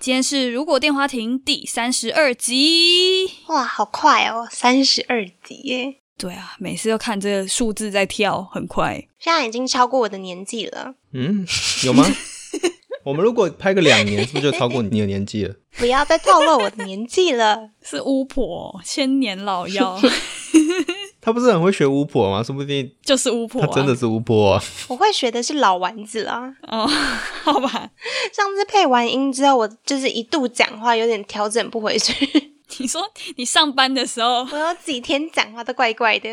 今天是《如果电话亭》第三十二集。哇，好快哦，三十二集耶，对啊，每次都看这个数字在跳，很快。现在已经超过我的年纪了。嗯，有吗？我们如果拍个两年，是不是就超过你的年纪了？不要再透露我的年纪了。是巫婆，千年老 妖，他不是很会学巫婆吗？说不定就是巫婆、他啊。真的是巫婆、啊。我会学的是老丸子啦。哦， 好吧，上次配完音之后，我就是一度讲话有点调整不回去， 你说你上班的时候，我有几天讲话都怪怪的。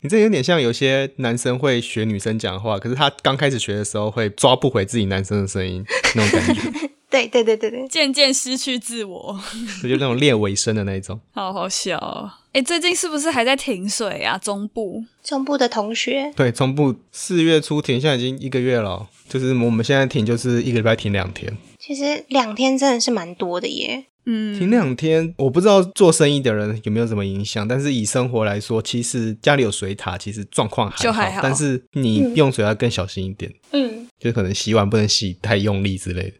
你这有点像有些男生会学女生讲话，可是他刚开始学的时候会抓不回自己男生的声音那种 感觉，对对对对对，渐渐失去自我，就就那种练尾声的那一种。好好笑、哦。哎，最近是不是还在停水啊？中部中部的同学对，从不四月初停，现在已经一个月了哦，就是我们现在停就是一个礼拜停两天，其实两天真的是蛮多的耶。嗯停两天，我不知道做生意的人有没有什么影响，但是以生活来说，其实家里有水塔，其实状况还好，就还好但是你用水要更小心一点，嗯，就可能洗碗不能洗太用力之类的。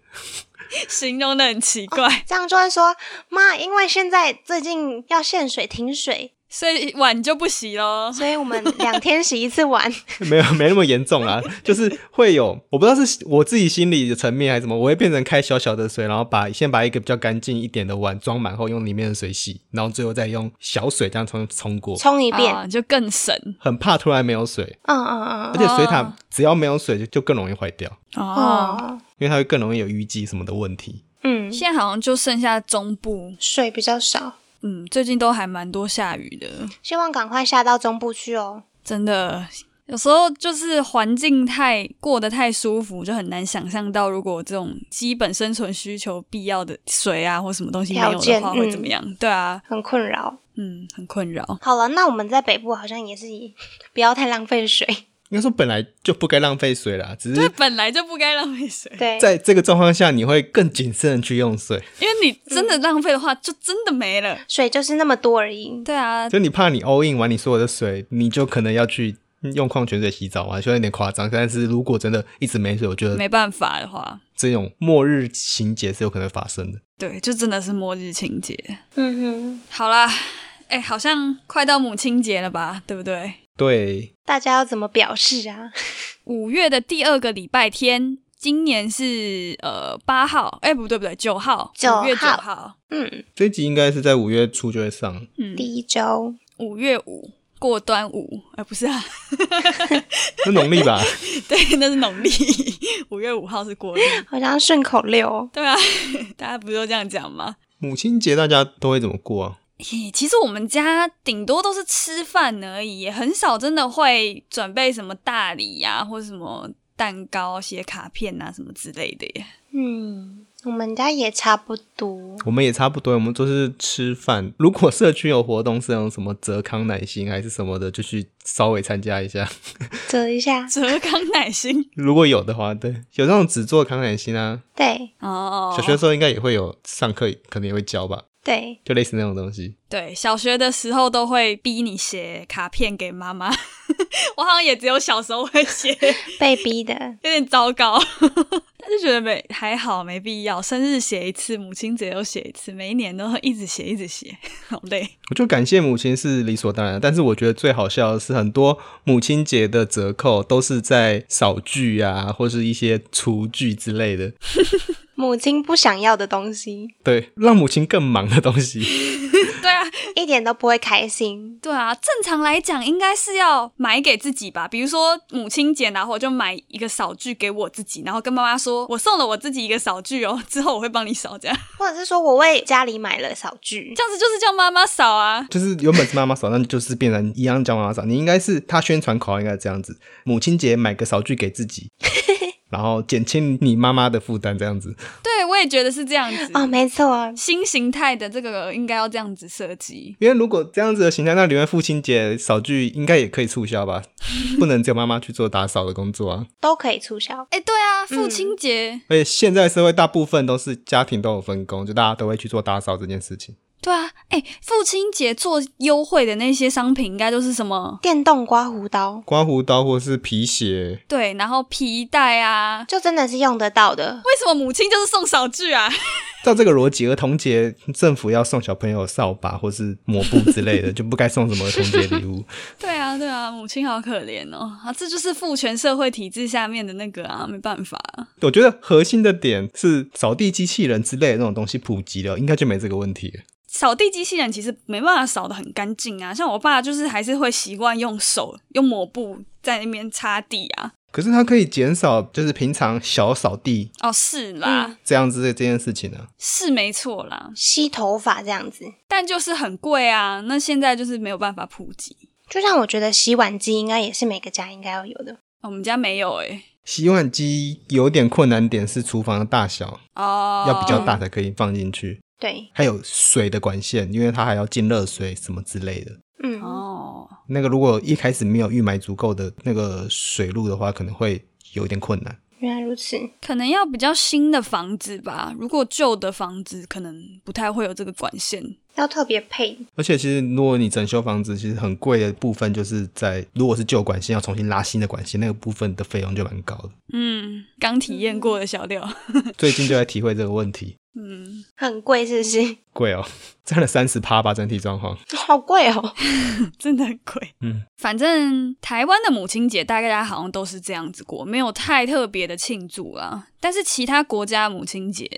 形容的很奇怪，啊这样就会说妈，因为现在最近要限水停水，所以碗就不洗咯。所以我们两天洗一次碗。 没有，没那么严重啦， 就是会有，我不知道是我自己心理的层面还是什么，我会变成开小小的水，然后把先把一个比较干净一点的碗装满后，用里面的水洗，然后最后再用小水这样冲冲过，冲一遍，啊，就更神很怕突然没有水，嗯嗯嗯而嗯，且水塔哦只要没有水就就更容易坏掉，哦。哦，因为它会更容易有淤积什么的问题。嗯，现在好像就剩下中部，水比较少，嗯，最近都还蛮多下雨的，希望赶快下到中部去哦。真的。有时候就是环境太过得太舒服，就很难想象到如果这种基本生存需求必要的水啊或什么东西没有条件的话嗯会怎么样？对啊，很困扰。嗯，很困扰。好了，那我们在北部好像也是以不要太浪费水。应该说本来就不该浪费水啦，只对，是本来就不该浪费水，对，在这个状况下，你会更谨慎的去用水，因为你嗯真的浪费的话，就真的没了。水就是那么多而已。对啊，就你怕你 all in 完你所有的水，你就可能要去用矿泉水洗澡啊，虽然有点夸张，但是如果真的一直没水，我觉得没办法的话，这种末日情节是有可能发生的。对，就真的是末日情节。嗯哼，好啦，哎、好像快到母亲节了吧，对不对？对，大家要怎么表示啊？五月的第二个礼拜天，今年是呃八号，哎、不对不对，九号， 9号五月九号，嗯，这一集应该是在五月初就会上，嗯，第一周五月五过端午，哎、不是 啊，是农历吧？对，那是农历， 五月五号是国历，好像顺口溜哦。 对啊， 大家不是都这样讲吗？母亲节大家都会怎么过啊？嘿其实我们家顶多都是吃饭而已，也很少真的会准备什么大礼呀、或者什么蛋糕、写卡片啊什么之类的 耶。嗯，我们家也差不多。我们也差不多，我们都是吃饭。如果社区有活动，是用什么泽康奶心还是什么的，就去稍微参加一下。折一下，折康乃馨如果有的话，对，有那种只做康乃馨啊，对哦，小学的时候应该也会有上课，可能也会教吧，对，就类似那种东西。对，小学的时候都会逼你写卡片给妈妈， 我好像也只有小时候会写， 有被逼的。点糟糕， 但是觉得没还好，没必要。生日写一次，母亲节又写一次，每一年都会一直写，一直写， 好累。我就感谢母亲是理所当然的，但是我觉得最好笑的是，很多母亲节的折扣都是在扫具啊，或是一些厨具之类的，母亲不想要的东西，对，让母亲更忙的东西。 对啊，一点都不会开心。对啊，正常来讲应该是要买给自己吧，比如说母亲节，然后我就买一个扫具给我自己，然后跟妈妈说，我送了我自己一个扫具哦，之后我会帮你扫，这样 或者是说我为家里买了扫具，这样子就是叫妈妈扫啊。就是原本是妈妈扫，那就是变成一样叫妈妈扫。你应该是她宣传口号应该这样子：母亲节买个扫具给自己，然后减轻你妈妈的负担，这样子。对我也觉得是这样子。哦，没错，新形态的这个应该要这样子设计，因为如果这样子的形态，那里面父亲节扫剧应该也可以促销吧？不能只有妈妈去做打扫的工作啊！都可以促销。哎、对啊，父亲节，而且现在社会大部分都是家庭都有分工，就大家都会去做打扫这件事情。对啊，哎、父亲节做优惠的那些商品，应该都是什么？电动刮胡刀刮胡刀或是皮鞋，对，然后皮带啊。就真的是用得到的，为什么母亲就是送扫具啊？照这个逻辑，儿童节政府要送小朋友扫把或是抹布之类的，就不该送什么儿童节礼物。 对啊，对啊，母亲好可怜哦啊！这就是父权社会体制下面的那个啊，没办法。我觉得核心的点是扫地机器人之类的那种东西普及了，应该就没这个问题了。扫地机器人其实没办法扫得很干净啊，像我爸就是还是会习惯用手用抹布在那边擦地啊。可是它可以减少就是平常小扫地哦，是啦，嗯这样子的这件事情啊。是没错啦，吸头发这样子。但就是很贵啊。那现在就是没有办法普及，就像我觉得洗碗机应该也是每个家应该要有的。哦我们家没有诶、洗碗机有点困难点是厨房的大小，哦，要比较大才可以放进去，对，还有水的管线，因为它还要进热水什么之类的。嗯，哦。那个如果一开始没有预埋足够的那个水路的话，可能会有点困难。原来如此。可能要比较新的房子吧，如果旧的房子可能不太会有这个管线。要特别配，而且其实如果你整修房子，其实很贵的部分就是在如果是旧管线要重新拉新的管线，那个部分的费用就蛮高的。嗯，刚体验过的小六， 最近就在体会这个问题，嗯，很贵是不是？贵哦，占了三十趴吧整体状况。好贵哦。真的很贵。嗯，反正台湾的母亲节大概大家好像都是这样子过，没有太特别的庆祝啊。但是其他国家的母亲节，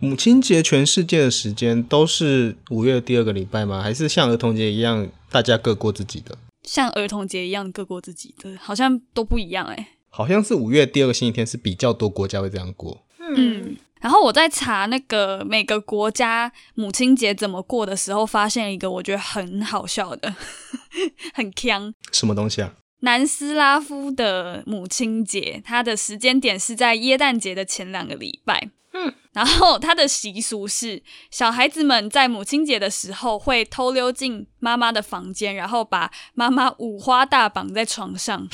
母亲节全世界的时间都是五月第二个礼拜吗？还是像儿童节一样，大家各过自己的？像儿童节一样各过自己的，好像都不一样哎、好像是五月第二个星期天是比较多国家会这样过。嗯， 然后我在查那个每个国家母亲节怎么过的时候，发现一个我觉得很好笑的， 很强。什么东西啊？南斯拉夫的母亲节，它的时间点是在耶诞节的前两个礼拜。嗯，然后它的习俗是，小孩子们在母亲节的时候会偷溜进妈妈的房间，然后把妈妈五花大绑在床上，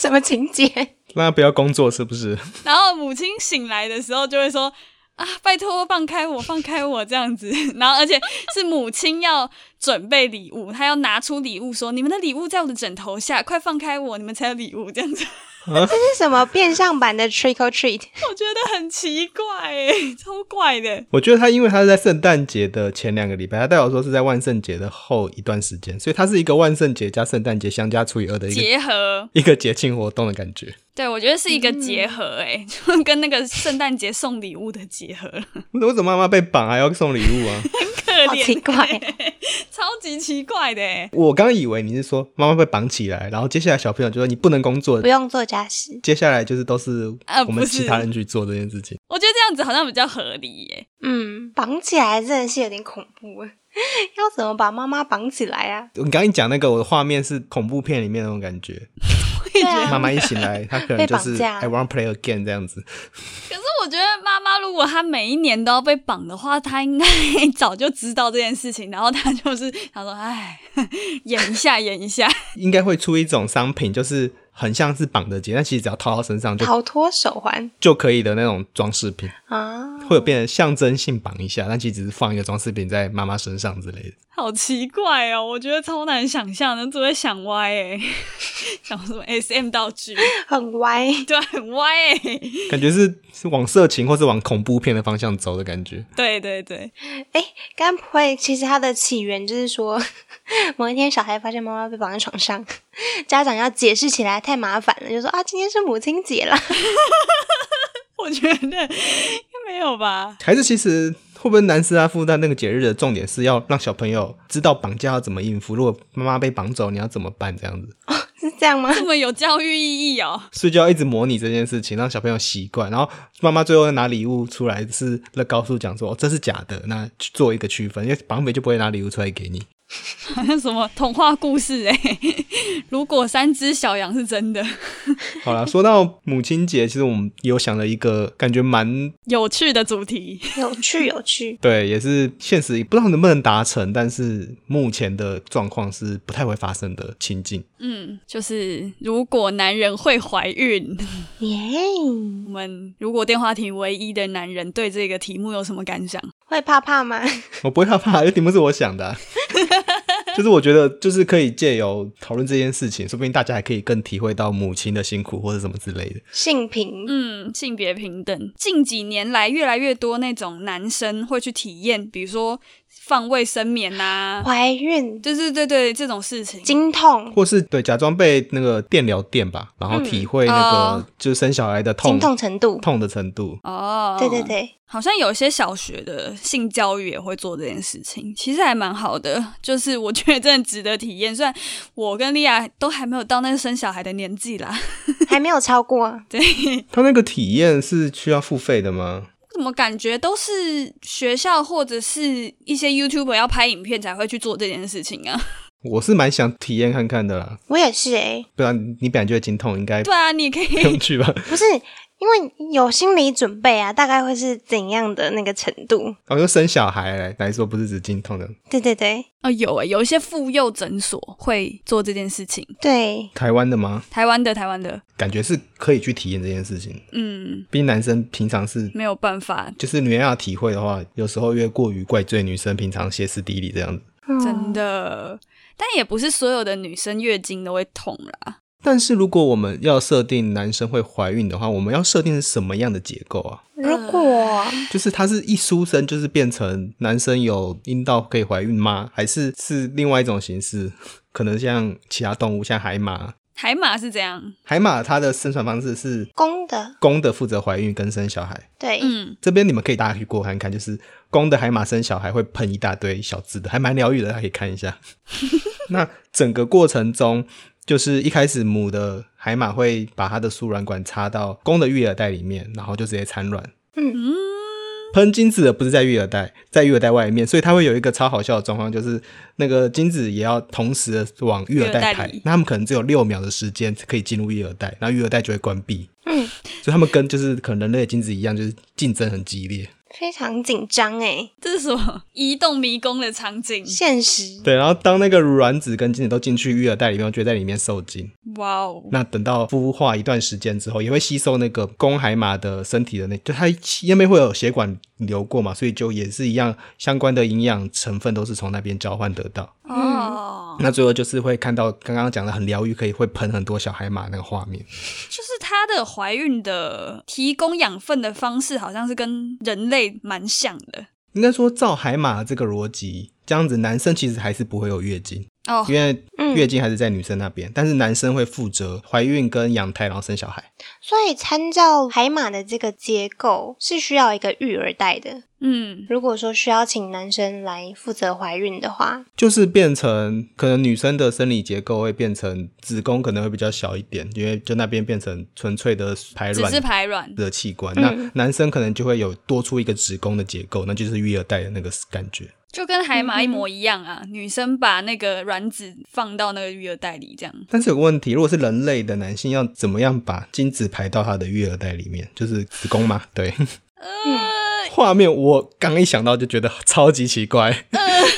什么情节？让他不要工作是不是？ 然后母亲醒来的时候就会说：“啊，拜托放开我，放开我！”这样子， 然后而且是母亲要准备礼物，她要拿出礼物说：“你们的礼物在我的枕头下，快放开我，你们才有礼物。”这样子。 这是什么变相版的 trick or treat？我觉得很奇怪耶，超怪的。我觉得他因为他是在圣诞节的前两个礼拜，他代表说是在万圣节的后一段时间，所以它是一个万圣节加圣诞节相加除以二的一个结合， 一个节庆活动的感觉。对我觉得是一个结合，哎、就 跟那个圣诞节送礼物的结合了，为什么妈妈被绑还要送礼物啊？ 可好怜，欸奇怪超级奇怪的欸耶。我刚以为你是说妈妈被绑起来，然后接下来小朋友就说你不能工 作不，用做家事。接下来就是都是啊我们不是其他人去做这件事情。我觉得这样子好像比较合理耶。嗯，绑起来真的是有点恐怖。 要怎么把妈妈绑起来啊？你刚一讲那个，我的画面是恐怖片里面那种感觉。对啊，妈妈一醒来，她可能就是被绑架 I want play again 这样子。可是我觉得妈妈如果她每一年都要被绑的话，她应该早就知道这件事情，然后她就是想说，哎， 演一下，演一下。应该会出一种商品，就是很像是绑的结，但其实只要套到身上就逃脱手环就可以的那种装饰品，哦啊，会有变成象征性绑一下，但其实只是放一个装饰品在妈妈身上之类的。好奇怪哦，我觉得超难想象的，只会想歪哎， 想什么 SM 道具，很歪。对啊，很歪哎，感觉是是往色情或是往恐怖片的方向走的感觉。 对对对，该不会其实它的起源就是说， 某一天小孩发现妈妈被绑在床上， 家长要解释起来太麻烦了，就说啊，今天是母亲节啦。 我觉得应该没有吧，还是其实会不会南斯拉夫在那个节日的重点是要让小朋友知道绑架要怎么应付，如果妈妈被绑走，你要怎么办这样子，是这 样吗？这么有教育意义哦， 所以就要一直模拟这件事情，让小朋友习惯。然后妈妈最后拿礼物出来是告诉讲说、哦这是假的，那去做一个区分，因为绑匪就不会拿礼物出来给你。 好像什么童话故事哎、 如果三只小羊是真的，好啦，说到母亲节，其实我们有想了一个感觉蛮有趣的主题，有趣有趣。对，也是现实不知道能不能达成，但是目前的状况是不太会发生的情境。嗯，就是如果男人会怀孕， 耶、我们如果电话亭唯一的男人对这个题目有什么感想？会怕怕吗？我不会害怕，因 为题目是我想的啊、就是我觉得，就是可以借由讨论这件事情，说不定大家还可以更体会到母亲的辛苦或者什么之类的。性平，嗯，性别平等，近几年来越来越多那种男生会去体验，比如说放卫生棉呐、怀孕，对对对对，这种事情。经痛，或是对，假装被那个电疗电吧，然后体会那个、哦就是生小孩的痛经痛程度。痛的程度。哦，对对，对，好像有些小学的性教育也会做这件事情，其实还蛮好的，就是我觉得真的值得体验。虽然我跟莉亚都还没有到那个生小孩的年纪啦，还没有超过。啊他那个体验是需要付费的吗？怎么感觉都是学校或者是一些 YouTuber 要拍影片才会去做这件事情啊？ 我是蛮想体验看看的啦，我也是诶、不然你本来就会经痛，应该对啊，你也可不以 用去吧？ 不是因为有心理准备啊，大概会是怎样的那个程度？我、哦、就生小孩来来说，不是指经痛的。对对对哦，有诶、有一些妇幼诊所会做这件事情，对，台湾的吗？台湾的台湾的，感觉是可以去体验这件事情，嗯，毕竟男生平常是没有办法，就是女人要体会的话，有时候越过于怪罪女生平常歇斯底里这样子。嗯真的。但也不是所有的女生月经都会痛啦，但是如果我们要设定男生会怀孕的话，我们要设定是什么样的结构啊？如果就是他是一出生就是变成男生有阴道可以怀孕吗？还是是另外一种形式？可能像其他动物，像海马，海马是这样，海马它的生产方式是公的，公的负责怀孕跟生小孩。对，嗯，这边你们可以大家去过看看，就是公的海马生小孩会喷一大堆小字的，还蛮疗愈的，大家可以看一下。那整个过程中，就是一开始母的海马会把它的输卵管插到公的育儿袋里面，然后就直接产卵。嗯，喷精子的不是在育儿袋，在育儿袋外面，所以它会有一个超好笑的状况，就是那个精子也要同时的往育儿袋育儿袋排里，那他们可能只有六秒的时间可以进入育儿袋，然后育儿袋就会关闭。嗯，所以他们跟就是可能人类的精子一样，就是竞争很激烈。非常紧张诶，这是什么移动迷宫的场景？现实对，然后当那个卵子跟精子都进去育儿袋里面，我就会在里面受精。哇哦，那等到孵化一段时间之后，也会吸收那个公海马的身体的那，就它因为会有血管流过嘛，所以就也是一样，相关的营养成分都是从那边交换得到。哦，那最后就是会看到刚刚讲的很疗愈，可以会喷很多小海马那个画面。就是她的怀孕的提供养分的方式，好像是跟人类蛮像的应该说，照海马这个逻辑，这样子男生其实还是不会有月经，哦因。为嗯月经还是在女生那边，但是男生会负责怀孕跟养胎，然后生小孩。所以参照海马的这个结构是需要一个育儿袋的。嗯，如果说需要请男生来负责怀孕的话，就是变成可能女生的生理结构会变成子宫可能会比较小一点，因为就那边变成纯粹的排只卵是排卵，的器官。嗯那男生可能就会有多出一个子宫的结构，那就是育儿带的那个感觉。就跟海马一模一样啊。女生把那个卵子放到那个育儿袋里，这样但是有个问题，如果是人类的男性，要怎么样把精子排到他的育儿袋里面？就是子 宫嘛？对，嗯呃画面我刚一想到就觉得超级奇怪。呃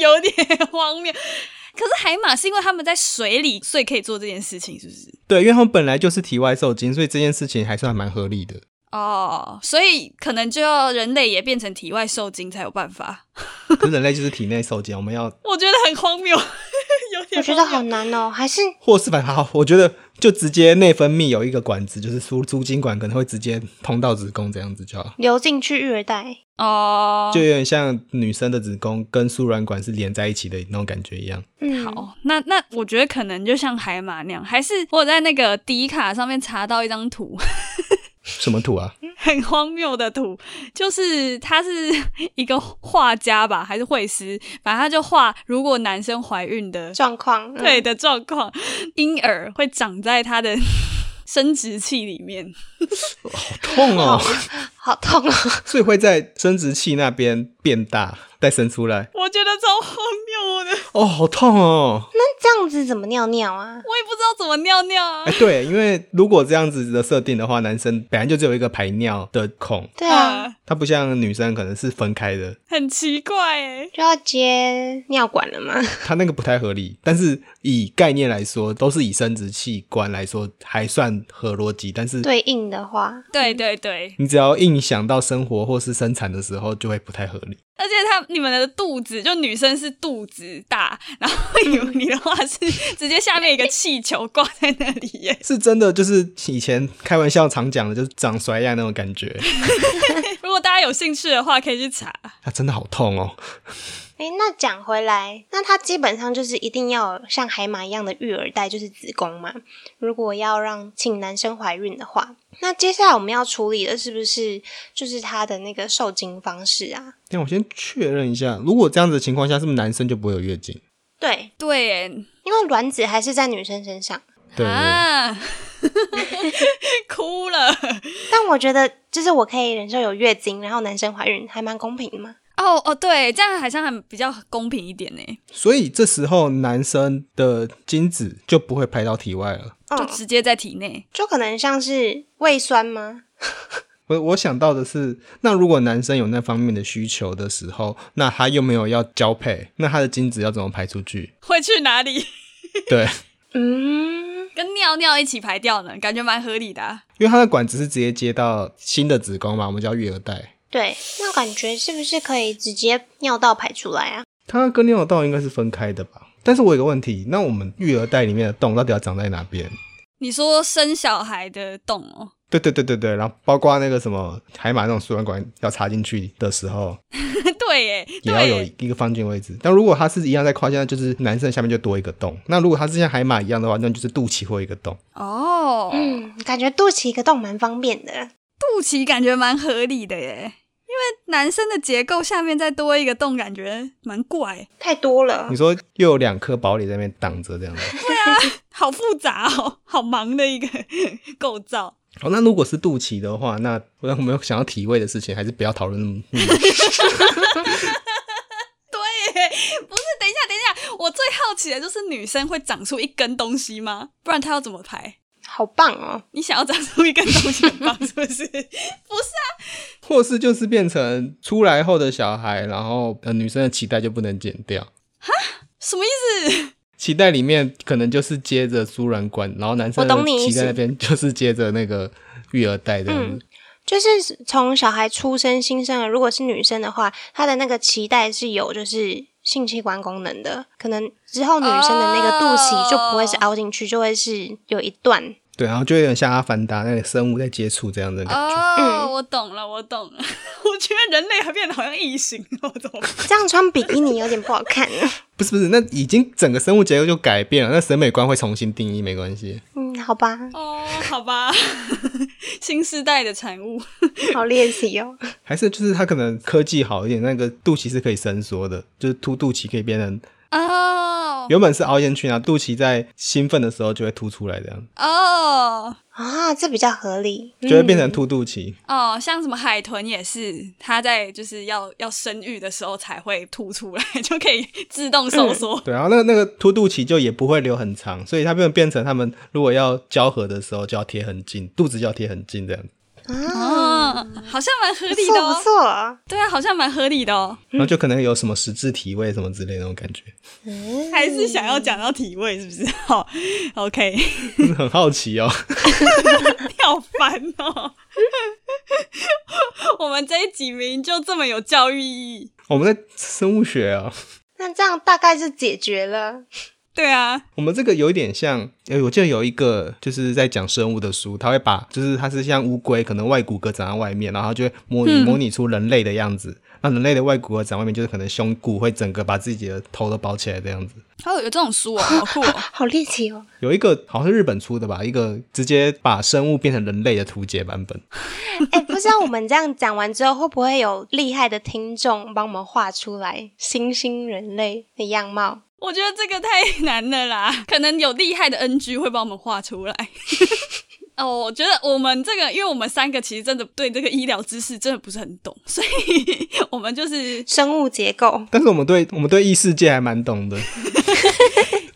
有点荒谬。可是海马是因为他们在水里，所以可以做这件事情，是不是？对，因为他们本来就是体外受精，所以这件事情还算蛮合理的。哦，所以可能就要人类也变成体外受精才有办法。可是人类就是体内受精，我们要我觉得很荒谬， 有点我觉得荒好谬难哦，还是或是反好，我觉得就直接内分泌有一个管子，就是输输精管可能会直接通到子宫这样子就好。流进去育儿袋。哦。就有点像女生的子宫跟输卵管是连在一起的那种感觉一样。嗯，，好，哦那那我觉得可能就像海马那样，还是我有在那个迪卡上面查到一张图，什么图啊？很荒谬的图，就是他是一个画家吧，还是绘师，反正他就画如果男生怀孕的状况嗯对的状况，婴儿会长在他的 生殖器里面，痛哦！好痛哦， 所以会在生殖器那边变大再生出来。我觉得超荒谬的，哦，好痛哦！那这样子怎么尿尿啊？我也不知道怎么尿尿啊哎、。对，因为如果这样子的设定的话，男生本来就只有一个排尿的孔，对啊，嗯它不像女生可能是分开的，很奇怪哎。就要接尿管了吗？它那个不太合理。但是以概念来说，都是以生殖器官来说还算合逻辑，但是 对应的话，对对对，你只要硬想到生活或是生产的时候，就会不太合理。而且他你们的肚子，就女生是肚子大，然后你你的话是直接下面一个气球挂在那里耶。是真的，就是以前开玩笑常讲的，就是长衰亚那种感觉，如果大家有兴趣的话，可以去查。它真的好痛哦。哎，那讲回来，那它基本上就是一定要有像海马一样的育儿袋，就是子宫嘛。如果要让请男生怀孕的话，那接下来我们要处理的是不是就是他的那个受精方式啊？但我先确认一下，如果这样子的情况下，是不是男生就不会有月经？对，对耶，因为卵子还是在女生身上，对对对，啊， 哭了。但我觉得就是我可以忍受有月经，然后男生怀孕，还蛮公平的嘛。哦哦，对，这样好像还比较公平一点呢，所以这时候男生的精子就不会排到体外了。就嗯，直接在体内。就可能像是胃酸吗？我我想到的是，那如果男生有那方面的需求的时候，那他又没有要交配，那他的精子要怎么排出去？ 会去哪里？ 对，嗯，跟尿尿一起排掉呢，感觉蛮合理的啊、因为他的管子是直接接到新的子宫嘛，我们叫育儿带，对，那感觉是不是可以直接尿道排出来啊？它跟尿道应该是分开的吧？但是我有个问题，那我们育儿带里面的洞到底要长在哪边？你说生小孩的洞哦， 对对对对对，然后包括那个什么海马那种输卵管要插进去的时候，对耶，也要对有耶，一个放进位置。但如果它是一样在胯下，就是男生下面就多一个洞。那如果它是像海马一样的话，那就是肚脐会有一个洞。哦，嗯，感觉肚脐一个洞蛮方便的。肚脐感觉蛮合理的耶，因为男生的结构下面再多一个洞，感觉蛮怪，太多了你，说又有两颗堡垒在那边挡着这样子。好复杂哦，好忙的一个 构造。好，哦那如果是肚脐的话，那我我们想要体位的事情，还是不要讨论那么。嗯对耶，不是，等一下，等一下，我最好奇的就是女生会长出一根东西吗？不然她要怎么排？好棒哦！你想要长出一根东西很棒，是不 是？不是啊， 或是就是变成出来后的小孩，然后呃女生的脐带就不能剪掉，什么意思？脐带里面可能就是接着输卵管，然后男生的我懂你意脐思嗯带那边就是接着那个育儿带这样子。就是从小孩出生新生儿，如果是女生的话，她的那个脐带是有就是性器官功能的，可能之后女生的那个肚脐就不会是凹进去，就会是有一段。对，然后就有点像阿凡达那个生物在接触这样的感觉。哦，嗯我懂了，我懂了。 我觉得人类还变得好像异形哦，怎么办？这样穿比基尼有点不好 看。不是不是，那已经整个生物结构就改变了，那审美观会重新定义，没关系。嗯，好吧，哦，好吧， 新时代的产物。好练习哦。还是就是它可能科技好一点，那个肚脐是可以伸缩的，就是凸肚脐可以变成哦原本是凹进去，然后肚脐在兴奋的时候就会凸出来，这样哦啊，这比较合理。嗯就会变成凸肚脐。哦，像什么海豚也是，它在就是要要生育的时候才会凸出来，就可以自动收缩。对，然后那个那个凸肚脐就也不会留很长，所以它变变成他们如果要交合的时候就要贴很近，肚子就要贴很近这样，啊，哦，好像蛮合不理的哎错不哦。错。对啊，好像蛮合理的哦。然后就可能有什么实质体位什么之类的那种感觉， 还是想要讲到体位是不是？好，OK，很好奇哦。你好烦哦。 我们这一集明明就这么有教育意义。我们在生物学啊、那这样大概是解决了。 对啊，我们这个有一点像，呃，我记得有一个就是在讲生物的书，他会把就是它是像乌龟，可能外骨骼长在外面，然后它就会模拟、嗯模拟出人类的样子。那人类的外骨骼长外面，就是可能胸骨会整个把自己的头都包起来这样子。哦，有这种书哦，好酷哦。好猎奇哦！有一个好像是日本出的吧，一个直接把生物变成人类的图解版本。哎、不知道我们这样讲完之后，会不会有厉害的听众帮我们画出来新兴人类的样貌？ 我觉得这个太难了啦，可能有厉害的 NG 会帮我们画出来。 哦，我觉得我们这个，因为我们三个其实真的对这个医疗知识真的不是很懂，所以 我们就是生物结构，但是我们对我们对异世界还蛮懂的，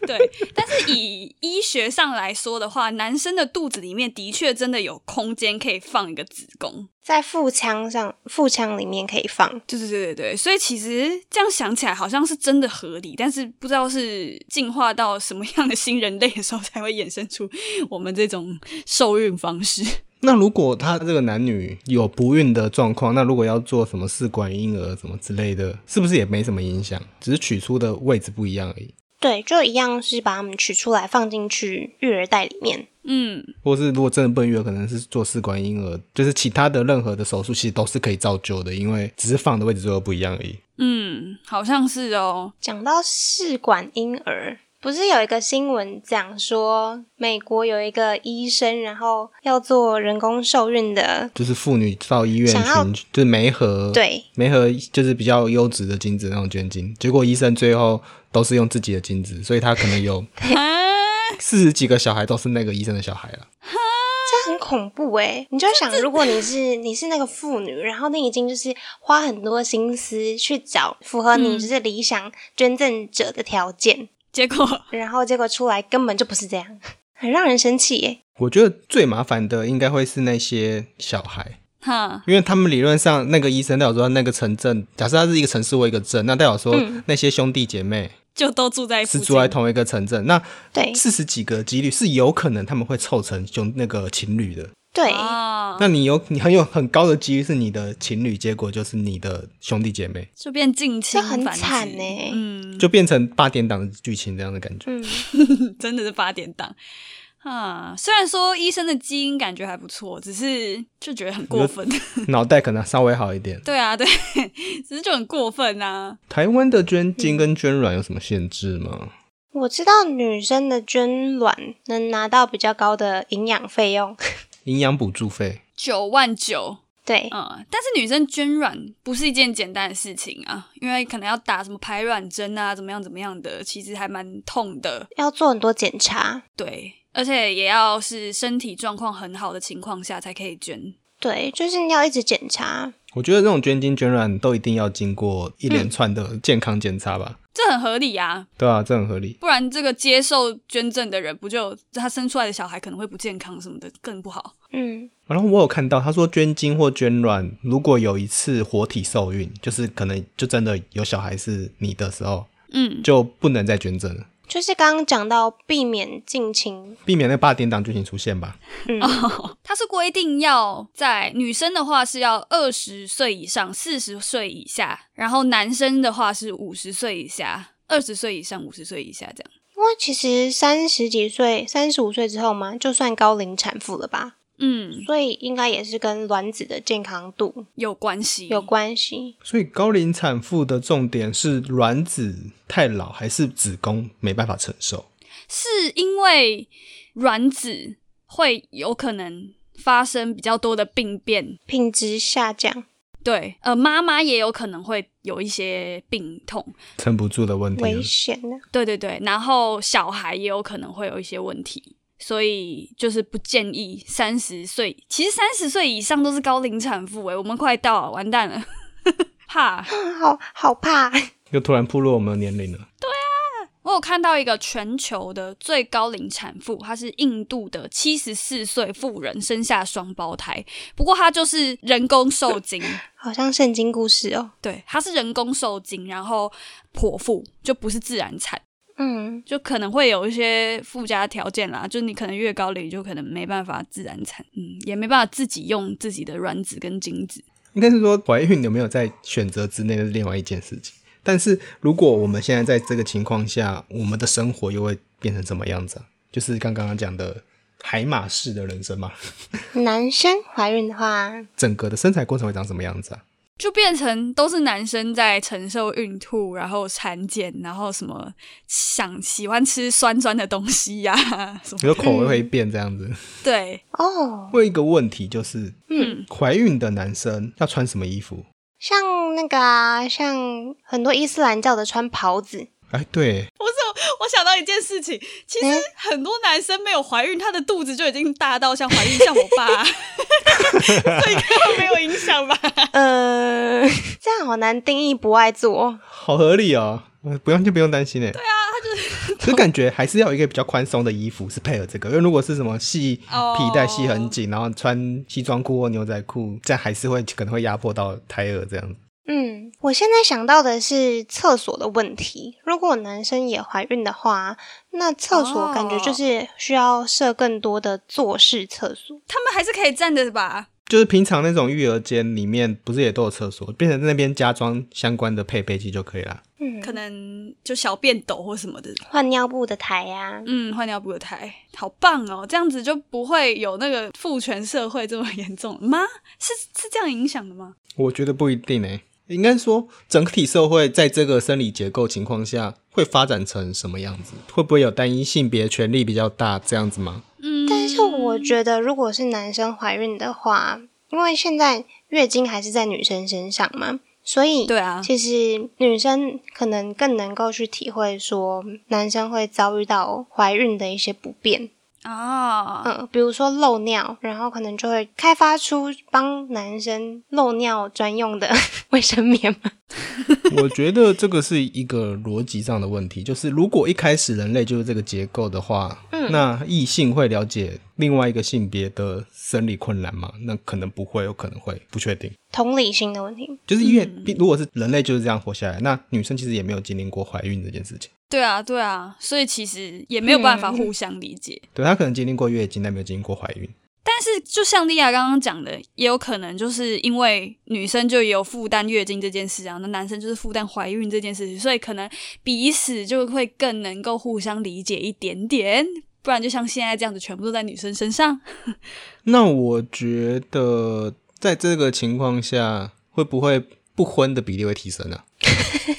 对，但是以医学上来说的话，男生的肚子里面的确真的有空间可以放一个子宫。在腹腔上，腹腔里面可以放。对对对对对，所以其实这样想起来好像是真的合理，但是不知道是进化到什么样的新人类的时候才会衍生出我们这种受孕方式。那如果他这个男女有不孕的状况，那如果要做什么试管婴儿什么之类的，是不是也没什么影响？只是取出的位置不一样而已。对，就一样是把它们取出来放进去育儿袋里面。嗯，或是如果真的不孕了，可能是做试管婴儿，就是其他的任何的手术其实都是可以造就的，因为只是放的位置最后不一样而已。嗯，好像是 哦。讲到试管婴儿，不是有一个新闻讲说，美国有一个医生，然后要做人工受孕的，就是妇女到医院想要寻，就是梅核，对，梅核就是比较优质的精子那种捐精，结果医生最后都是用自己的精子，所以他可能 有啊，四十几个小孩都是那个医生的小孩了。这很恐怖诶、你就想，如果你是你是那个妇女，然后你已经就是花很多心思去找符合你嗯就是理想捐赠者的条件，结果然后结果出来根本就不是这样，很让人生气耶、我觉得最麻烦的应该会是那些小孩，哈，因为他们理论上那个医生代表说那个城镇，假设他是一个城市或一个镇，那代表说嗯那些兄弟姐妹就都住在是附住在近。同一个城镇，那对四十几个几率是有可能他们会凑成兄那个情侣的。对，啊，那你有你很有很高的几率是你的情侣，结果就是你的兄弟姐妹，就变近亲这很繁殖惨欸嗯，就变成八点档的剧情这样的感觉。嗯，真的是八点档啊！虽然说医生的基因感觉还不错，只是就觉得很过分。 脑袋可能稍微好一点。对啊，对，只是就很过分啊。台湾的捐精跟捐卵有什么限制吗？我知道女生的捐卵能拿到比较高的营养费用，营养补助费九万九，对，嗯，但是女生捐卵不是一件简单的事情啊，因为可能要打什么排卵针啊，怎么样怎么样的，其实还蛮痛的。要做很多检查，对，而且也要是身体状况很好的情况下才可以捐。对，就是你要一直检查，我觉得这种捐精捐卵都一定要经过一连串的健康检查吧。这很合理啊，对啊，这很合理。不然这个接受捐赠的人不就他生出来的小孩可能会不健康什么的，更不好。嗯，然后我有看到他说捐精或捐卵，如果有一次活体受孕，就是可能就真的有小孩是你的时候，嗯，就不能再捐赠了，就是刚刚讲到避免近亲，避免那八点档剧情出现吧。嗯，它是规定要在女生的话是要二十岁以上，四十岁以下，然后男生的话是五十岁以下，二十岁以上，五十岁以下这样。因为其实三十几岁、三十五岁之后嘛，就算高龄产妇了吧，嗯，所以应该也是跟卵子的健康度有关系，有关系。所以高龄产妇的重点是卵子太老，还是子宫没办法承受？是因为卵子会有可能发生比较多的病变，品质下降，对，呃，妈妈也有可能会有一些病痛，撑不住的问题啊危了。险的。对对对，然后小孩也有可能会有一些问题，所以就是不建议三十岁。其实三十岁以上都是高龄产妇欸诶、我们快到了完蛋了， 怕。啊好好怕， 又突然暴露我们的年龄了。我有看到一个全球的最高龄产妇，她是印度的七十四岁妇人，生下双胞胎，不过她就是人工受精，好像圣经故事哦。对，她是人工受精，然后剖腹，就不是自然产。嗯，就可能会有一些附加条件啦，就你可能越高龄就可能没办法自然产，嗯，也没办法自己用自己的卵子跟精子。应该是说怀孕有没有在选择之内的另外一件事情。但是如果我们现在在这个情况下，我们的生活又会变成什么样子啊？就是刚刚讲的海马式的人生嘛，男生怀孕的话，整个的生产过程会长什么样子啊？就变成都是男生在承受孕吐，然后产检，然后什么想喜欢吃酸酸的东西呀、 什比么如口味会变这样子。对，哦，会有一个问题就是，嗯，怀孕的男生要穿什么衣服？像那个啊，像很多伊斯兰教的穿袍子，哎，对，我想到一件事情，其实很多男生没有怀孕，他的肚子就已经大到像怀孕，像我 爸，所以根本没有影响吧？ 呃，这样好难定义不爱做。好合理哦，呃不用就不用担心哎。对啊，他 就是，就感觉还是要有一个比较宽松的衣服是配合这个，因为如果是什么系哦皮带系很紧，然后穿西装裤或牛仔裤，这样还是会可能会压迫到胎儿这样子。嗯，我现在想到的是厕所的问题。如果男生也怀孕的话，那厕所感觉哦就是需要设更多的坐式厕所。他们还是可以站着吧？就是平常那种育儿间里面不是也都有厕所，变成那边加装相关的配备器就可以啦。嗯，可能就小便斗或什么的，换尿布的台啊呀、嗯，换尿布的台，好棒哦！这样子就不会有那个父权社会这么严重吗？是是这样影响的吗？我觉得不一定诶、应该说整体社会在这个生理结构情况下会发展成什么样子？会不会有单一性别权利比较大这样子吗？嗯，但是我觉得，如果是男生怀孕的话，因为现在月经还是在女生身上嘛，所以对啊其实女生可能更能够去体会说男生会遭遇到怀孕的一些不便。啊，嗯，比如说漏尿，然后可能就会开发出帮男生漏尿专用的 卫生棉嘛。我觉得这个是一个逻辑上的问题，就是如果一开始人类就是这个结构的话，那异性会了解另外一个性别的生理困难吗？那可能不会，有可能会，不确定。同理心的问题，就是因为、毕如果是人类就是这样活下来，那女生其实也没有经历过怀孕这件事情，对啊，对啊，所以其实也没有办嗯法互相理解。对她可能经历过月经，但没有经历过怀孕。但是就像莉亚刚刚讲的，也有可能就是因为女生就也有负担月经这件事啊，那男生就是负担怀孕这件事情，所以可能彼此就会更能够互相理解一点点。不然就像现在这样子，全部都在女生身上。那我觉得在这个情况下，会不会不婚的比例会提升啊？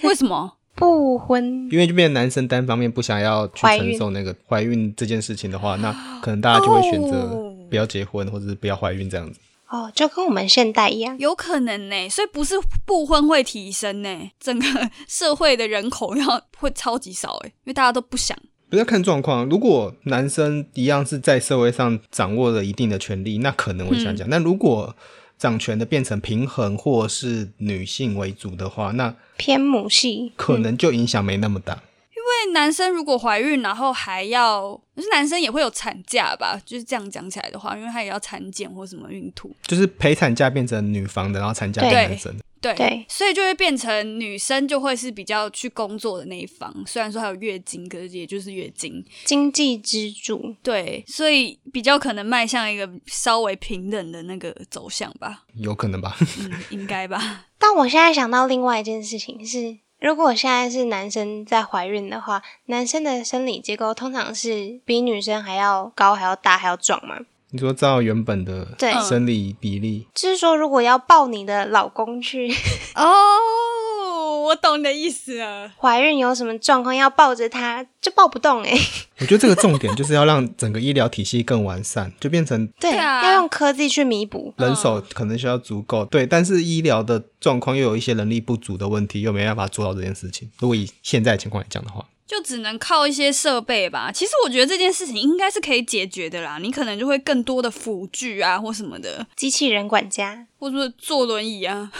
为什么？不婚因为就变成男生单方面不想要去怀承孕受那个怀孕这件事情的话，那可能大家就会选择哦不要结婚，或者是不要怀孕这样子。哦，就跟我们现代一样，有可能呢、所以不是不婚会提升呢、整个社会的人口要会超级少哎、因为大家都不想。不是要看状况，如果男生一样是在社会上掌握了一定的权利，那可能会嗯想讲。那如果掌权的变成平衡或是女性为主的话，那偏母系，嗯可能就影响没那么大。因为男生如果怀孕，然后还要，就是男生也会有产假吧，就是这样讲起来的话，因为他也要产检或什么孕吐，就是陪产假变成女方的，然后产假变对男生的。对，对所以就会变成女生就会是比较去工作的那一方，虽然说还有月经，可是也就是月经，经济支柱。对，所以比较可能迈向一个稍微平等的那个走向吧，有可能吧？嗯，应该吧，但我现在想到另外一件事情是，如果现在是男生在怀孕的话，男生的生理结构通常是比女生还要高、还要大、还要壮嘛。你说照原本的对生理比例，就是说，如果要抱你的老公去 哦，我懂你的意思了。怀孕有什么状况，要抱着他就抱不动哎、我觉得这个重点就是要让整个医疗体系更完善，就变成对，对啊要用科技去弥补。人嗯手可能需要足够，对，但是医疗的状况又有一些人力不足的问题，又没办法做到这件事情。如果以现在的情况来讲的话，就只能靠一些设备吧。其实我觉得这件事情应该是可以解决的啦，你可能就会更多的辅具啊，或什么的，机器人管家，或者说坐轮椅啊。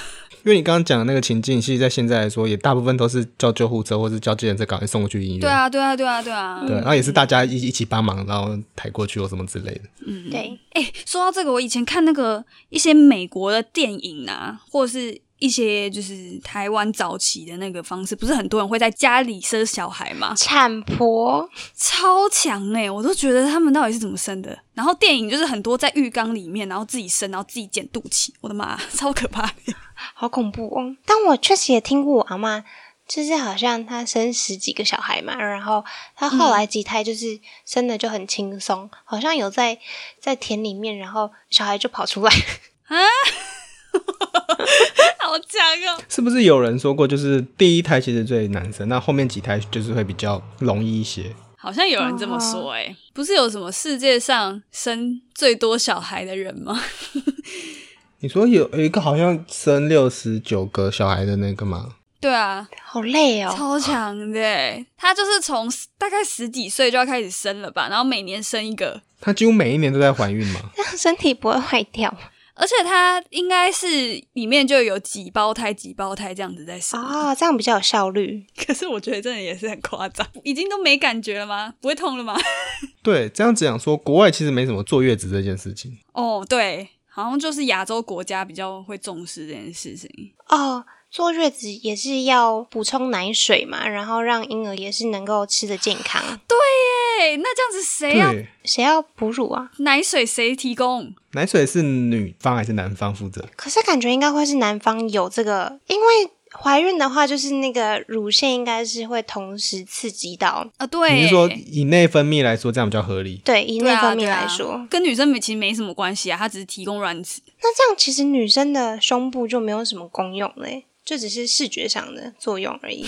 因为你刚刚讲的那个情境，其实在现在来说，也大部分都是叫救护车或是叫救人车赶快送过去医院。对啊，对啊，对啊，对啊。对，然后也是大家一一起帮忙，然后抬过去或什么之类的。对，哎、说到这个，我以前看那个一些美国的电影啊，或者是。一些就是台湾早期的那个方式，不是很多人会在家里生小孩吗？产婆，超强哎、我都觉得他们到底是怎么生的。然后电影就是很多在浴缸里面，然后自己生，然后自己剪肚脐，我的妈， 超可怕的。好恐怖哦！但我确实也听过我阿妈，就是好像她生十几个小孩嘛，然后她后来几胎就是生的就很轻松，好像有在在田里面，然后小孩就跑出来， 好强哦、是不是有人说过，就是第一胎其实最难生，那后面几胎就是会比较容易一些？好像有人这么说、欸，哎、不是有什么世界上生最多小孩的人吗？ 你说有有一个好像生六十九个小孩的那个吗？对啊，好累哦。超强的欸，他就是从大概十几岁就要开始生了吧，然后每年生一个，她几乎每一年都在怀孕嘛。这样身体不会坏掉而且他应该是里面就有几胞胎、几胞胎这样子在生。哦，这样比较有效率。可是我觉得真的也是很夸张，已经都没感觉了吗？不会痛了吗？对，这样子讲说，国外其实没什么坐月子这件事情。 哦，对，好像就是亚洲国家比较会重视这件事情。哦，坐月子也是要补充奶水嘛，然后让婴儿也是能够吃的健康。对，那这样子谁要对，谁要哺乳啊？奶水谁提供？奶水是女方还是男方负责？可是感觉应该会是男方有这个，因为怀孕的话，就是那个乳腺应该是会同时刺激到。啊，对，你是说以内分泌来说，这样比较合理？对，以对那啊方面对啊来说，跟女生没其实没什么关系啊，她只是提供卵子。 那这样其实女生的胸部就没有什么功用嘞，就只是视觉上的作用而已。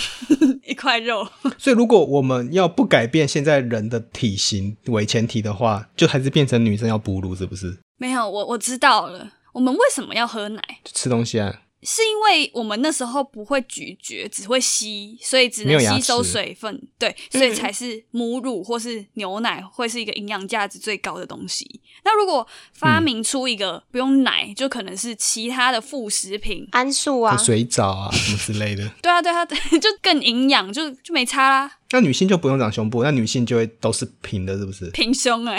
一块肉， 所以如果我们要不改变现在人的体型为前提的话，就还是变成女生要哺乳，是不是？没有我我知道了。我们为什么要喝奶？就吃东西啊，是因为我们那时候不会咀嚼，只会吸，所以只没有能牙吸收齿水分，对，嗯所以才是母乳或是牛奶会是一个营养价值最高的东西。那如果发嗯明出一个不用奶，就可能是其他的副食品，安素啊，水藻啊什么之类的。对啊，对啊， 就更营养，就就没差啦，那女性就不用长胸部，那女性就会都是平的，是不是？平胸哎、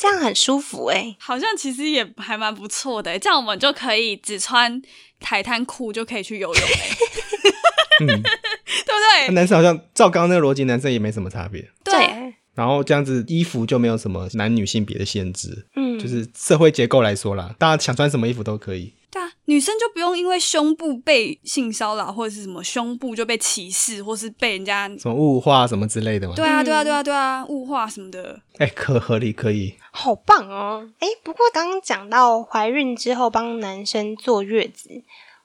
这样很舒服哎。 好像其实也还蛮不错的、欸，这样我们就可以只穿海滩裤就可以去游泳、欸， 嗯，对不对那？男生好像照刚刚那个逻辑，男生也没什么差别。啊对，啊然后这样子衣服就没有什么男女性别的限制，嗯，就是社会结构来说啦，大家想穿什么衣服都可以。对啊，女生就不用因为胸部被性骚扰或者是什么胸部就被歧视，或是被人家什么物化什么之类的嘛。对啊嗯对啊对啊对啊物化什么的。哎、可合理可以。好棒哦！哎，不过刚刚讲到怀孕之后帮男生坐月子，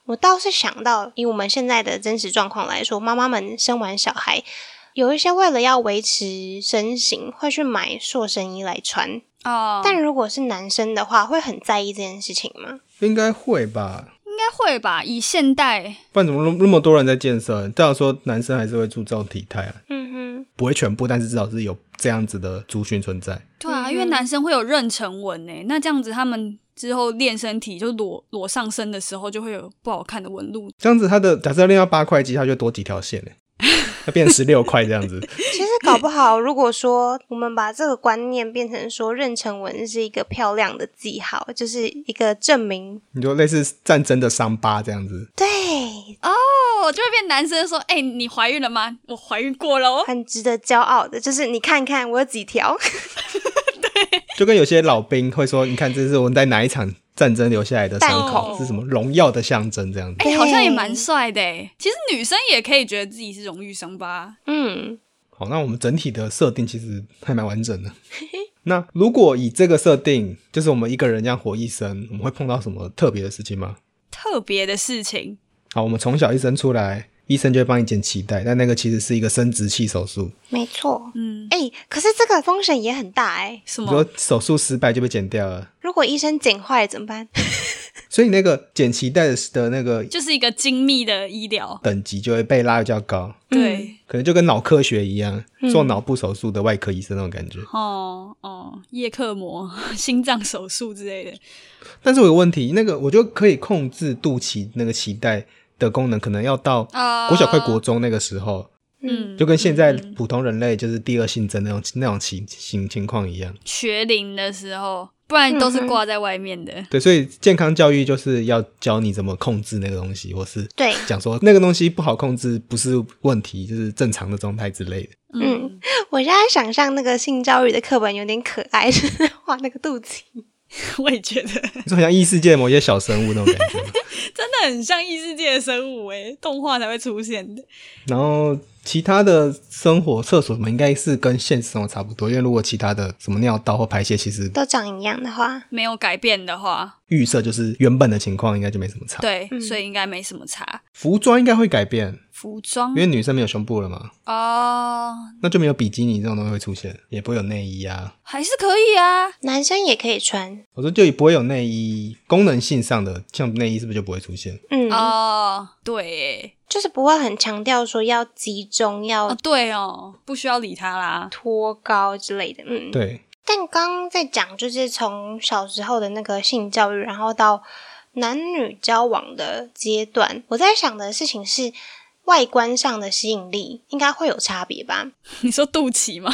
我倒是想到，以我们现在的真实状况来说，妈妈们生完小孩，有一些为了要维持身形，会去买塑身衣来穿。哦，但如果是男生的话，会很在意这件事情吗？应该会吧，应该会吧？以现代不然怎么那那么多人在健身？这样说，男生还是会注重体态啊，嗯不会全部，但是至少是有这样子的族群存在。对啊，嗯因为男生会有妊娠纹诶，那这样子他们之后练身体就裸裸上身的时候就会有不好看的纹路。这样子，他的假设练到八块肌，他就多几条线嘞，他变十六块这样子。哼，其实搞不好，如果说我们把这个观念变成说妊娠纹是一个漂亮的记号，就是一个证明，你就类似战争的伤疤这样子，对，哦，就会变男生说：“哎、你怀孕了吗？我怀孕过了 哦。很值得骄傲的，就是你看看我有几条。 就跟有些老兵会说：“你看，这是我们在哪一场战争留下来的伤弹口，孔是什么荣耀的象征。”这样子，哎、好像也蛮对帅的诶。其实女生也可以觉得自己是荣誉伤疤。嗯，好，那我们整体的设定其实还蛮完整的。那如果以这个设定，就是我们一个人这样活一生，我们会碰到什么特别的事情吗？特别的事情，好，我们从小一生出来，医生就会帮你剪脐带，但那个其实是一个生殖器手术，没错。嗯，哎、可是这个风险也很大哎、什你么说？手术失败就被剪掉了，如果医生剪坏了怎么办？所以那个剪脐带的的那个就是一个精密的医疗，等级就会被拉得比较高。对，可能就跟脑科学一样，嗯做脑部手术的外科医生那种感觉。哦哦，叶克膜、 心脏手术之类的，但是我有个问题，那个我就可以控制肚脐那个脐带的功能，可能要到啊国小快国中那个时候，嗯，嗯，就跟现在嗯嗯普通人类就是第二性征那种那种情情情况一样。学龄的时候，不然都是挂在外面的。对，所以健康教育就是要教你怎么控制那个东西，或是对， 讲说那个东西不好控制不是问题，就是正常的状态之类的。嗯，我现在想象那个性教育的课本有点可爱， 就是画那个肚脐。 我也觉得真你说很像异世界的某些小生物那种感 觉吗。的很像异世界的生物诶，动画才会出现的。然后其他的生活厕所什么应该是跟现实生活差不多，因为如果其他的什么尿道或排泄，其实都长一样的话，没有改变的话，预设就是原本的情况，应该就没什么差。对，嗯所以应该没什么差。服装应该会改变，服装因为女生没有胸部了嘛，哦，那就没有比基尼这种东西会出现，也不会有内衣啊。还是可以啊。男生也可以穿，我说就也不会有内衣，功能性上的像内衣是不是就不会出现？嗯，哦，对耶，就是不会很强调说要集中、哦要对哦，不需要理他啦。 托高之类的，嗯，对，但刚刚在讲，就是从小时候的那个性教育，然后到男女交往的阶段，我在想的事情是，外观上的吸引力应该会有差别吧？你说肚脐吗？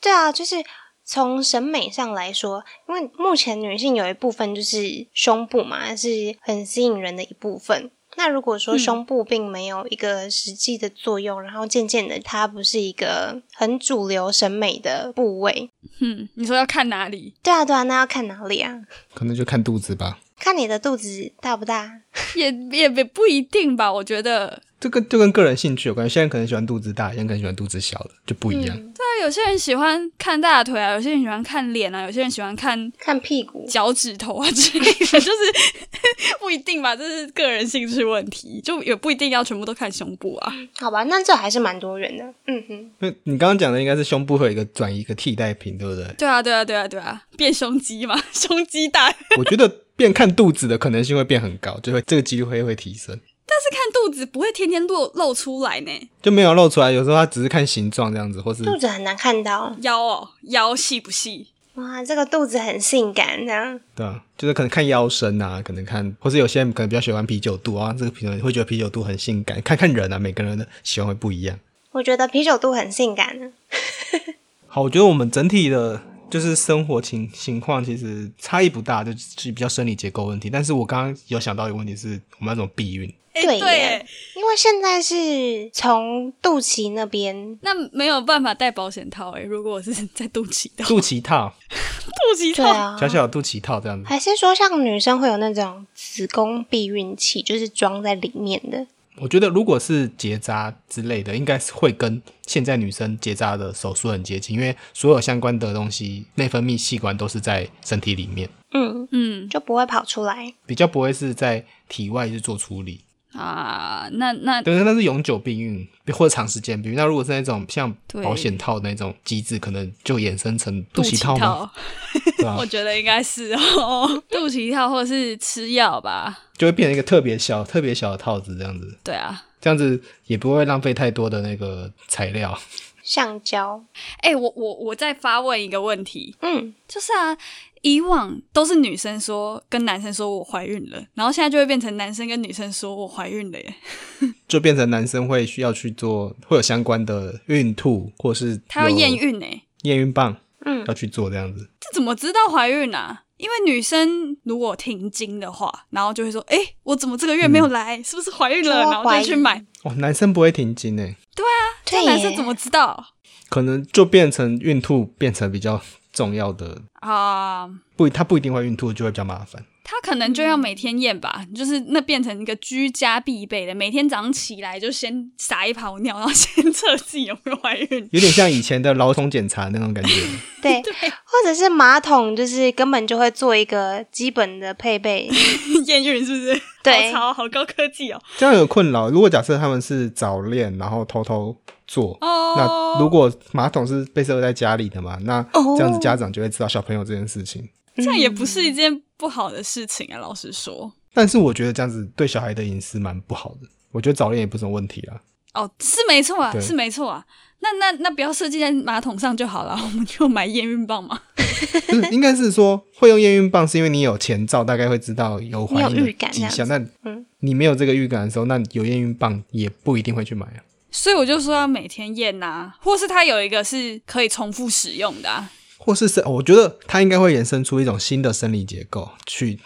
对啊，就是从审美上来说，因为目前女性有一部分就是胸部嘛，是很吸引人的一部分。那如果说嗯胸部并没有一个实际的作用，然后渐渐的它不是一个很主流审美的部位，嗯，你说要看哪里？对啊对啊，那要看哪里啊？可能就看肚子吧。看你的肚子大不大。也也也不一定吧，我觉得。这个就跟个人兴趣有关，现在可能喜欢肚子大，现在可能喜欢肚子小的，就不一样。嗯对啊，有些人喜欢看大腿啊，有些人喜欢看脸啊，有些人喜欢看看屁股，脚趾头啊之类 的，就是不一定吧，这是个人兴趣问题，就也不一定要全部都看胸部啊。好吧，那这还是蛮多人的。嗯哼，那你刚刚讲的应该是胸部会有一个转移一个替代品，对不对？对啊，对啊，对啊，对啊，变胸肌嘛， 胸肌大，但我觉得变看肚子的可能性会变很高，就会这个几率会会提升，是看肚子不会天天露露出来呢，就没有露出来。有时候他只是看形状这样子，或是肚子很难看到。腰哦，腰细不细？哇，这个肚子很性感的。对啊，就是可能看腰身啊，可能看，或是有些人可能比较喜欢啤酒肚啊，这个可能会觉得啤酒肚很性感，看看人啊，每个人的喜欢会不一样。我觉得啤酒肚很性感啊的。好，我觉得我们整体的就是生活情情况其实差异不大，就是比较生理结构问题。但是我刚刚有想到一个问题是，我们要怎么避孕？哎对耶对耶，因为现在是从肚脐那边，那没有办法戴保险套哎，如果我是在肚脐的话，肚脐套，肚脐对套，啊，小小的肚脐套这样子。还是说像女生会有那种子宫避孕器，就是装在里面的。我觉得如果是结扎之类的，应该是会跟现在女生结扎的手术很接近，因为所有相关的东西，内分泌器官都是在身体里面，嗯，嗯就不会跑出来。比较不会是在体外去做处理。啊，那那对，那是永久避孕或者长时间避孕。那如果是那种像对保险套那种机制，可能就衍生成肚肚脐脐套吗？套，对 啊我，觉得应该是哦， 肚脐套或是吃药吧，就会变成一个特别小、特别小的套子这样子，对啊，这样子也不会浪费太多的那个材料。橡胶，哎、我我我再发问一个问题，嗯，就是啊，以往都是女生说跟男生说我怀孕了，然后现在就会变成男生跟女生说我怀孕了耶，就变成男生会需要去做，会有相关的孕吐，或是他要有验孕哎，验孕棒，嗯要去做这样子。这怎么知道怀孕啊？因为女生如果停经的话，然后就会说，哎、我怎么这个月没嗯有来？是不是怀孕了？说然后就怀去孕买，哦，男生不会停经诶，这对男生耶怎么知道可能就变成孕吐变成比较重要的，啊？不，他不一定会孕吐，就会比较麻烦。他可能就要嗯每天验吧，就是那变成一个居家必备的，每天早上起来就先撒一泡尿，然后先测自己有没有怀孕。有点像以前的劳童检查那种感觉。 对，对，或者是马桶，就是根本就会做一个基本的配备。验孕是不是？对好潮，好高科技哦。这样有困扰。如果假设他们是早恋，然后偷偷做，哦，那如果马桶是被设在家里的嘛，那哦这样子家长就会知道小朋友这件事情。这样也不是一件不好的事情啊。老实说，但是我觉得这样子对小孩的隐私蛮不好的。我觉得早恋也不是什么问题啦，哦，是没错啊，对是没错啊。那那那不要设计在马桶上就好了， 我们就买验孕棒嘛。不是应该是说会用验孕棒，是因为你有前兆，大概会知道有怀你有孕预的感迹这象。那嗯你没有这个预感的时候，那有验孕棒也不一定会去买啊，所以我就说要每天验呐、或是它有一个是可以重复使用的、啊。或是是我觉得它应该会衍生出一种新的生理结构去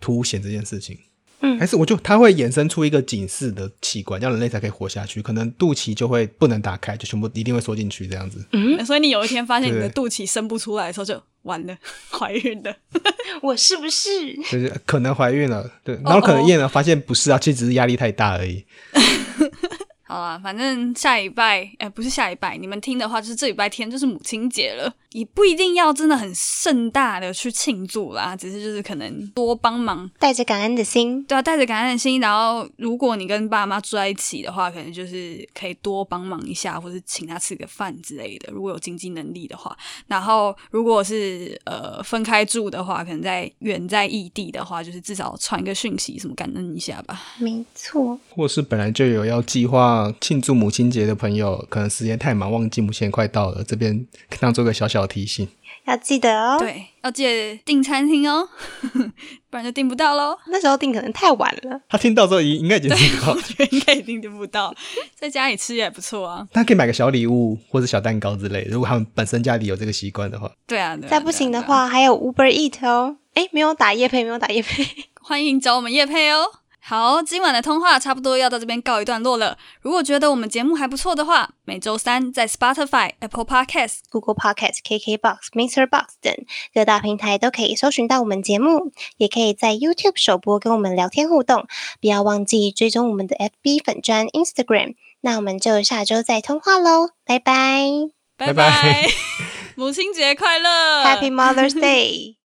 凸显这件事情。还嗯，是我就它会衍生出一个警示的器官，让人类才可以活下去。可能肚脐就会不能打开，就全部一定会缩进去这样子。所以你有一天发现你的对肚脐生不出来的时候，就完了， 怀孕了。我是不是？就是可能怀孕了，对，然后可能验了发现不是啊，其实只是压力太大而已。啊呃好啦，反正下礼拜，哎、不是下礼拜，你们听的话就是这礼拜天就是母亲节了。也不一定要真的很盛大的去庆祝啦，只是就是可能多帮忙，带着感恩的心，对啊，带着感恩的心。然后如果你跟爸妈住在一起的话，可能就是可以多帮忙一下，或是请他吃个饭之类的，如果有经济能力的话。然后如果是呃分开住的话，可能在远在异地的话，就是至少传个讯息什么感恩一下吧。没错，或是本来就有要计划庆祝母亲节的朋友，可能时间太忙，忘记母亲节快到了，这边当做个小小的提醒。要记得哦。，对，要记得订餐厅哦， 不然就订不到喽。那时候订可能太晚了，他听到之后应应该已经知道我，觉得 应该一定订不到， 在家里吃也不错啊。他可以买个小礼物或者小蛋糕之类的。如果他们本身家里有这个习惯的话，对啊，对啊再不行的，对啊话还有 Uber Eat 哦。哎，没有打夜配，没有打夜配。 对啊欢迎找我们叶配哦。好，今晚的通话差不多要到这边告一段落了。如果觉得我们节目还不错的话，每周三在 Spotify、Apple Podcast Google Podcast、KKBox、Mixer Box 等各大平台都可以搜寻到我们节目，也可以在 YouTube 首播跟我们聊天互动。不要忘记追踪我们的 FB 粉砖 Instagram。那我们就下周再通话喽，拜拜拜拜拜 母亲节快乐呃 ！，Happy Mother's Day！